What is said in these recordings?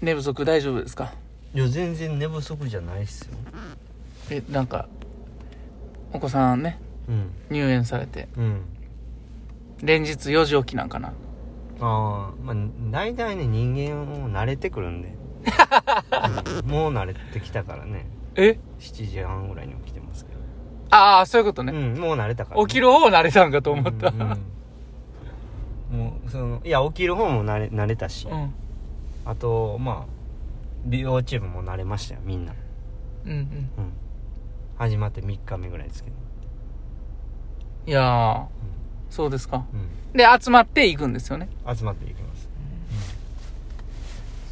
寝不足大丈夫ですかいや全然寝不足じゃないっすよえなんかお子さんねうん入園されてうん連日4時起きなんかなああまあ大体ね人間も慣れてくる んでうんもう慣れてきたからねえ7時半ぐらいに起きてますけど、ああそういうことね、うんもう慣れたから、ね、起きる方慣れたんかと思ったうんうんもうそのいや起きる方も慣れ慣れたし、うんあとまあ美容チームも慣れましたよみんな、うんうんうん、始まって3日目ぐらいですけど、いやーそうですかうんで集まっていくんですよねうん、集まっていきます、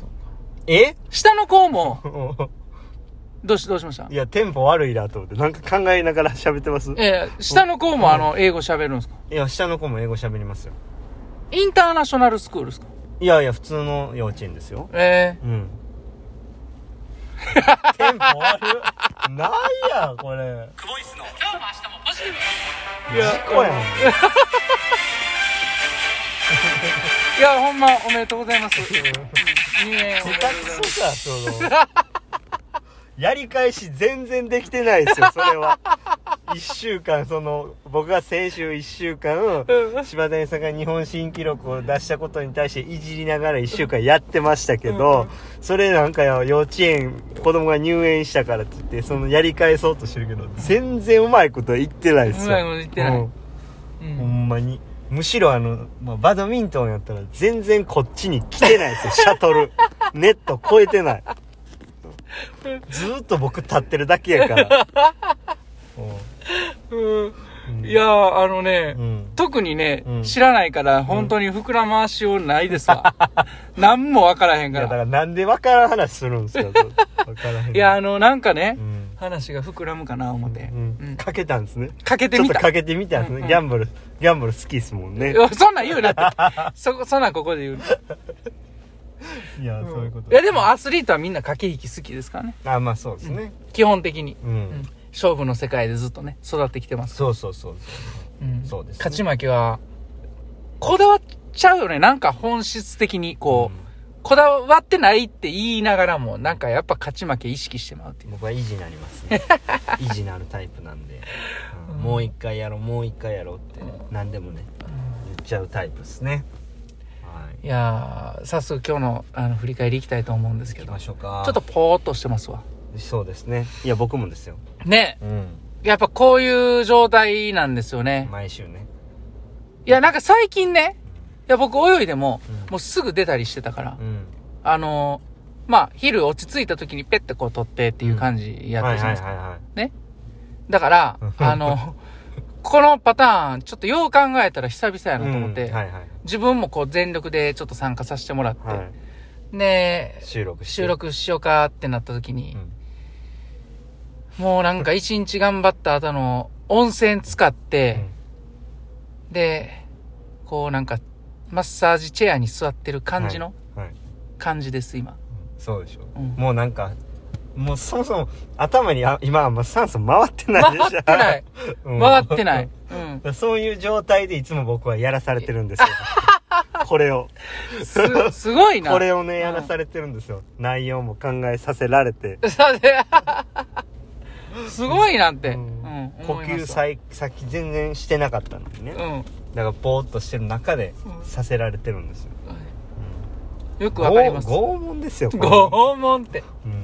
そうえ 下の子もどうしどうしましたいやテンポ悪いなと思ってなんか考えながら喋ってますえー、下の子もあの英語喋るんですかいや下の子も英語喋りますよインターナショナルスクールですかいやいや普通の幼稚園ですよえうんテンポ悪いないやこれえいや事故やんいやほんまおめでとうございます入園おめでとうござい下手くそかそのやり返し全然できてないですよそれは1週間その僕が先週1週間うん柴谷さんが日本新記録を出したことに対していじりながら1週間やってましたけどそれなんか幼稚園子供が入園したからって言ってそのやり返そうとしてるけど全然うまいこと言ってないですようまいこと言ってないうんうんほんまにむしろあの、まあ、バドミントンやったら全然こっちに来てないですよ シャトルネット越えてないずーっと僕立ってるだけやからうんうんいやーあのね、うん特にね、うん知らないから、本当に膨らましようないです わ。何もわからへんいか。やだかららなんでわからん話するんですかわからへんいや、あの、なんかね、うん話が膨らむかな、思って。ううんんかけたんですねかけてちょみっとた。かけてみたんでうすんうねんギャンブルギャンブル好きですもんねいや そんなん言うな って。そこ、そんなんここで言うな。いやそういうこといや、でもアスリートはみんな駆け引き好きですからね。あまあそうですね基本的に。うん、うん勝負の世界でずっとね、育ってきてます。そうそうそううんそうですね勝ち負けは、こだわっちゃうよね。なんか本質的に、こう、こだわってないって言いながらも、なんかやっぱ勝ち負け意識してまうっていう。僕は維持になります ね維持になるタイプなんで、うんもう一回やろうもう一回やろうって何でもね言っちゃうタイプですねはいいやー、早速今日のあの振り返りいきたいと思うんですけ行きど、まちしょうかょっとポーっとしてますわ。そうですねいや僕もですよね、うんやっぱこういう状態なんですよね。毎週ねいや、なんか最近ね、いや、僕泳いでも、うんもうすぐ出たりしてたからう、んあのー、まあ、昼落ち着いた時にペッてこう取ってっていう感じやってはるいじゃなはいいですか。はいはいだから、あの、このパターン、ちょっとよう考えたら久々やなと思って、うんはいはい自分もこう全力でちょっと参加させてもらって、はいで、収録して収録しようかってなった時うに、んもうなんか一日頑張った後の温泉使って、で、こうなんかマッサージチェアに座ってる感じのうんはい感じです、今。そうでしょうんもうなんかもうそもそも頭にあ今あんま酸素回ってない回でしょってない。 うん回ってない。うん。そういう状態でいつも僕はやらされてる んですよ。これを。す、すごいな。これをうね、んやらされてるんですよ。内容も考えさせられて。さて、 すごいなんて。ううんん呼思いま吸すわさいさっき全然してなかったのにね。だかうん。らぼーっとしてる中でうんさせられてるんですよ。よくわかります。ご拷問ですよ。これご訪問って。うん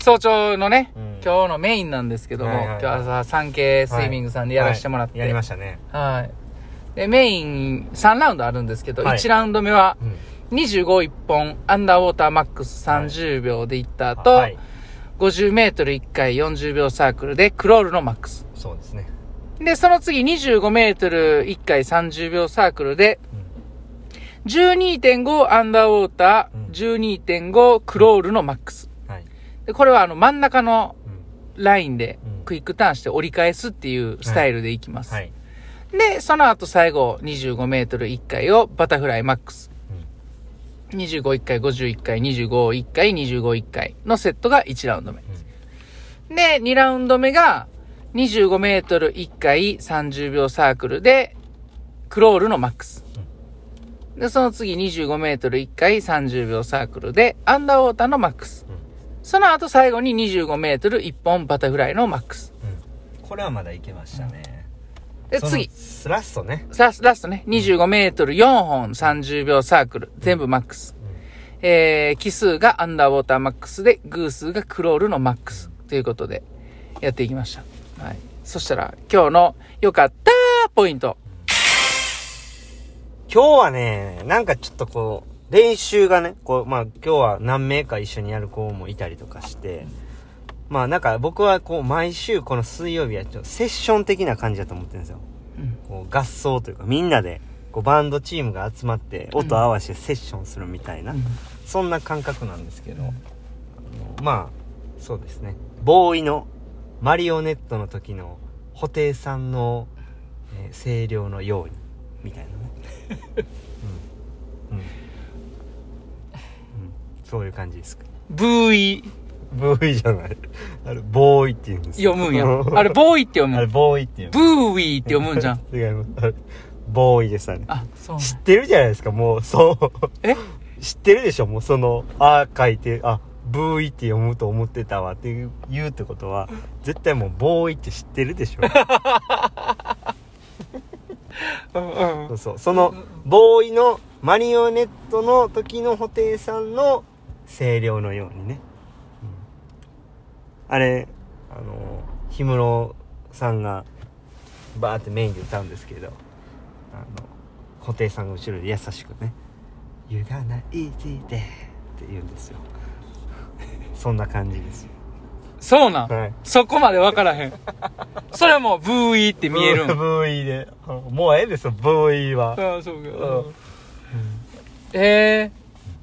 早朝のね、うん今日のメインなんですけども、はいはいはい今日朝、産経スイミングさんでやらせてもらって。はいやりましたね。はい。で、メイン3ラウンドあるんですけど、はい1ラウンド目はうん251本、アンダーウォーターマックス30秒で行った後、はい。 50メートル1回40秒サークルでクロールのマックス。そうですね。で、その次25メートル1回30秒サークルで、12.5アンダーウォータうんー、12.5クロールのマックス。はい。で、これはあの真ん中のうんラインでうんクイックターンして折り返すっていうスタイルでいきます。はい。で、その後最後25メートル1回をバタフライマックス。25、1回、51回、25、1回、25、1回のセットが1ラウンド目。で、2ラウンド目が25メートル1回30秒サークルでクロールのマックス。で、その次25メートル1回30秒サークルで、アンダーウォーターのマックス。その後最後に25メートル1本バタフライのマックス。これはまだいけましたね。で、その次。。ラストね。ラスラストね、25メートル4本30秒サークル、全部マックス。えー、奇数がアンダーウォーターマックスで、偶数がクロールのマックス。ということで、やっていきました。はい。そしたら、今日の良かったポイント。今日はね、なんかちょっとこう、練習がね、こう、まあ今日は何名か一緒にやる子もいたりとかして、まあなんか僕はこう、毎週この水曜日はちょっとセッション的な感じだと思ってるんですよ。うん。こう合奏というかみんなでこうバンドチームが集まって音合わせてセッションするみたいな、そんな感覚なんですけど、あのまあそうですねボーイのマリオネットの時の布袋さんの、えー声量のようにみたいなね、 うんうんうん、そういう感じですかブーイ、ボーイじゃないあれボーイって言うんですよ読 むんやろ。あれ、ボーイって読 あれむ。ボーイって言うんブーウィーって読むんじゃ ん。 違いますあれボーイですあれあ、そうなん知ってるじゃないですか、もう、そう。え知ってるでしょ、もうその、あー書いて、あ、ブーイって読むと思ってたわっていう言うってことは、絶対もう、ボーイって知ってるでしょ。うんうんそうそう。その、ボーイのマリオネットの時の布袋さんの声量のようにね。うんあれ、あの、氷室さんが、バーってメインで歌うんですけど、あの、布袋さんが後ろで優しくね、湯がないでって言うんですよ。 そんな感じですよ。そうなん。はい。そこまでわからへん。それはもう、ブーイって見える ん。ブうん、ーイで。もうええですよ、ブーイは。そうか。うんえ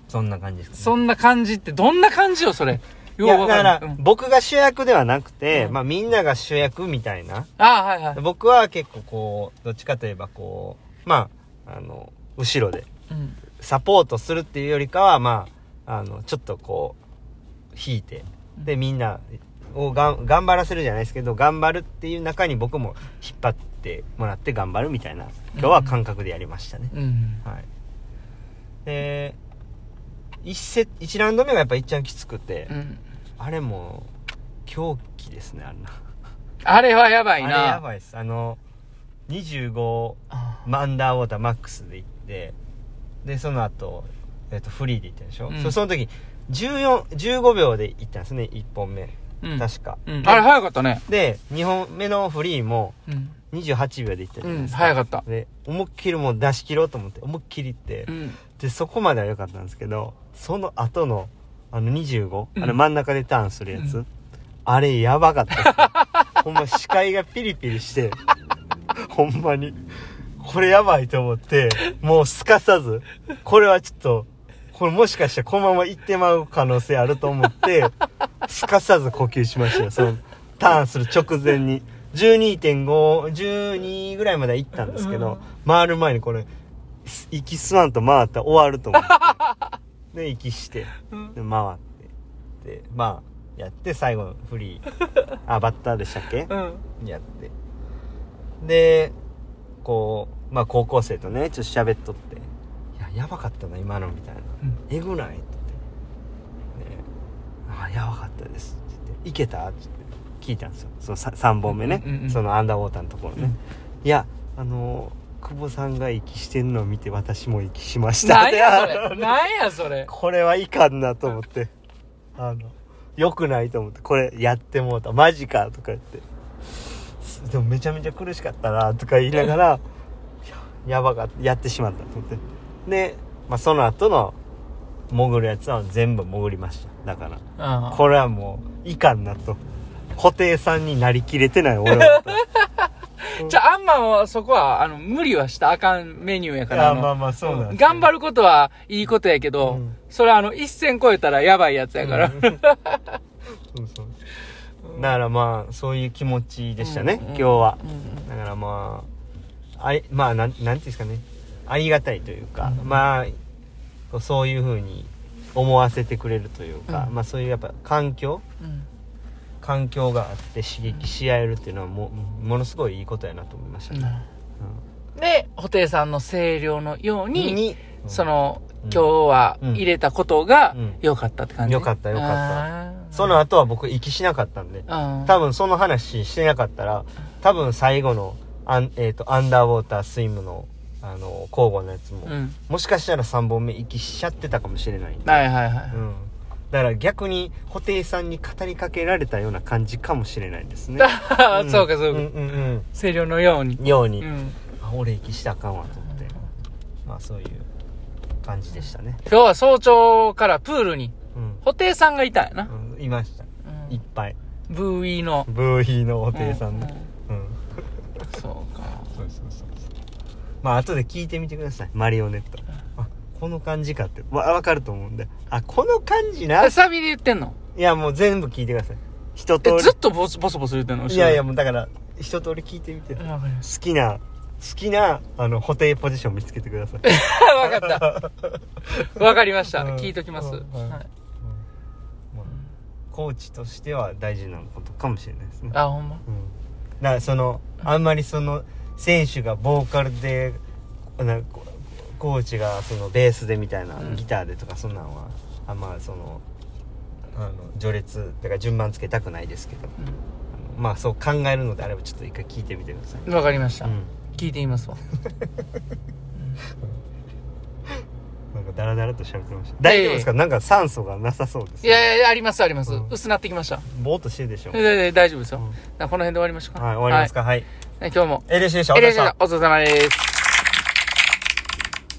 そんな感じですー、かねそんな感じって、どんな感じよ、それ。いよや、うわだかかららん。うん、僕が主役ではなくて、うんまあみんなが主役みたいな。あはいはい。僕は結構こう、どっちかといえばこう、まあ、あの、後ろでうん。サポートするっていうよりかは、まあ、あの、ちょっとこう、引いて、で、みんなをがん頑張らせるじゃないですけど、頑張るっていう中に僕も引っ張ってもらって頑張るみたいな、今日は感覚でやりましたね。うん。はい。で、一セ一ラウンド目がやっぱいっちゃんきつくて、うん。あれも狂気ですねあんなあれはやばあいれな。やばいですあの25マンダーウォーターマックスで行ってでその後、えっとフリーで行ったでしょ、うんそその時14 15秒で行ったんですね1本目、うん。確か、うん。であれ早かったね。で2本目のフリーもうん。 28秒で行ったじゃうないん。です早か、かった。で思いっきりもう出し切ろうと思って思いっきり行って、うん。でそこまでは良かったんですけどその後のあの25、うんあの真ん中でターンするやつ、うあれやばかったっすほんま視界がピリピリしてほんまにこれやばいと思ってもうすかさずこれはちょっとこれもしかしてこのまま行ってまう可能性あると思ってすかさず呼吸しましたよそのターンする直前に12.512ぐらいまでは行ったんですけど、うん回る前にこれす息吸わんと回ったら終わると思ってで息してで回ってでまあやって最後のフリーあバッターでしたっけうん。やってでこうまあ高校生とねちょっと喋っとって「いややばかったな今の」みたいなうんえぐない?」って言って、ね「あやばかったです」って言って「いけた?」って聞いたんですよその 3, 本目ね、うんうんうんそのアンダーウォーターのところね、うんいやあの久保さんが息してるのを見て私も息しましたなんやそれ。ってなんやそれ。これはいかんなと思ってあの良くないと思ってこれやってもうたマジかとか言ってすでもめちゃめちゃ苦しかったなとか言いな がらいややばかったやってしまったと思ってで、まあ、その後の潜るやつは全部潜りましただからうん。これはもういかんなと布袋さんになりきれてない俺 はとじゃあ、あんまは、そこは、あの、無理はしたらあかんメニューやから。あのまあまあそうなんですよ頑張ることはいいことやけど、うんそれあの、一線超えたらやばいやつやから。そうそうだからまあそういう気持ちでしたね、うんうん今日はうんうんだからまあ、あり、まあ、なん、なんていうんですかね。ありがたいというか、まあこう、そういうふうに思わせてくれるというか、うんまあそういうやっぱ環境、うん環境があって刺激し合えるっていうのはも、ものすごいいいことやなと思いましたね。で、布袋さんの声量のよううんに、うんその、うん今日はうん入れたことがうん良かったって感じ。良かった良かっあたーその、後は僕息しなかったんでうん。多分その話してなかったら多分最後のアン,、えー、とアンダーウォータースイムのあの交互のやつも、うん。もしかしたら3本目息しちゃってたかもしれないんではいはいはい。うん、だから逆に布袋さんに語りかけられたような感じかもしれないです ねあーそうかそうか。んうん声量のようにう。んように、うん。あ俺息したらあかんわと思ってまあそういう感じでしたね今日は早朝からプールに、うん、布袋さんがいたんやな。うんいましたいっぱいブーイの。ブーヒーの布袋さんうねうんうんそうか。そうそうそうまあ後で聞いてみてくださいマリオネットあこの感じかってわ分かると思うんであこの感じなえいサビで言ってんのやもう全部聞いてください一通え、ずっとボソボソボソ言ってんの後ろりでいやいやもうだから一通り聞いてみてわかりまし好きな好きなあの固定ポジション見つけてく ださいた。わかった。わかりました。うん聞いときます。うんうんはいまあコーチとしては大事なことかもしれないですねあ、ほんま。うんだからそのあんまりその選手がボーカルでなんかこコーチがそのベースでみたいな、うんギターでとかそんなんはあんまそのあの序列だから順番つけたくないですけどあのまあそう考えるのであればちょっと一回聞いてみてください、うんわかりましたう。ん、聞いてみますわ。なんかダラダラと喋ってました大丈夫ですか、なんか酸素がなさそうですいやいや、ありますありますうん。薄なってきました。ぼーっとしてるでしょ、いやいや大丈夫ですよ。うんだからこの辺で終わりましょうか。はい終わりますか。かはい、今日も。エレシでしたえお疲りれがとうございましたお疲れ様です。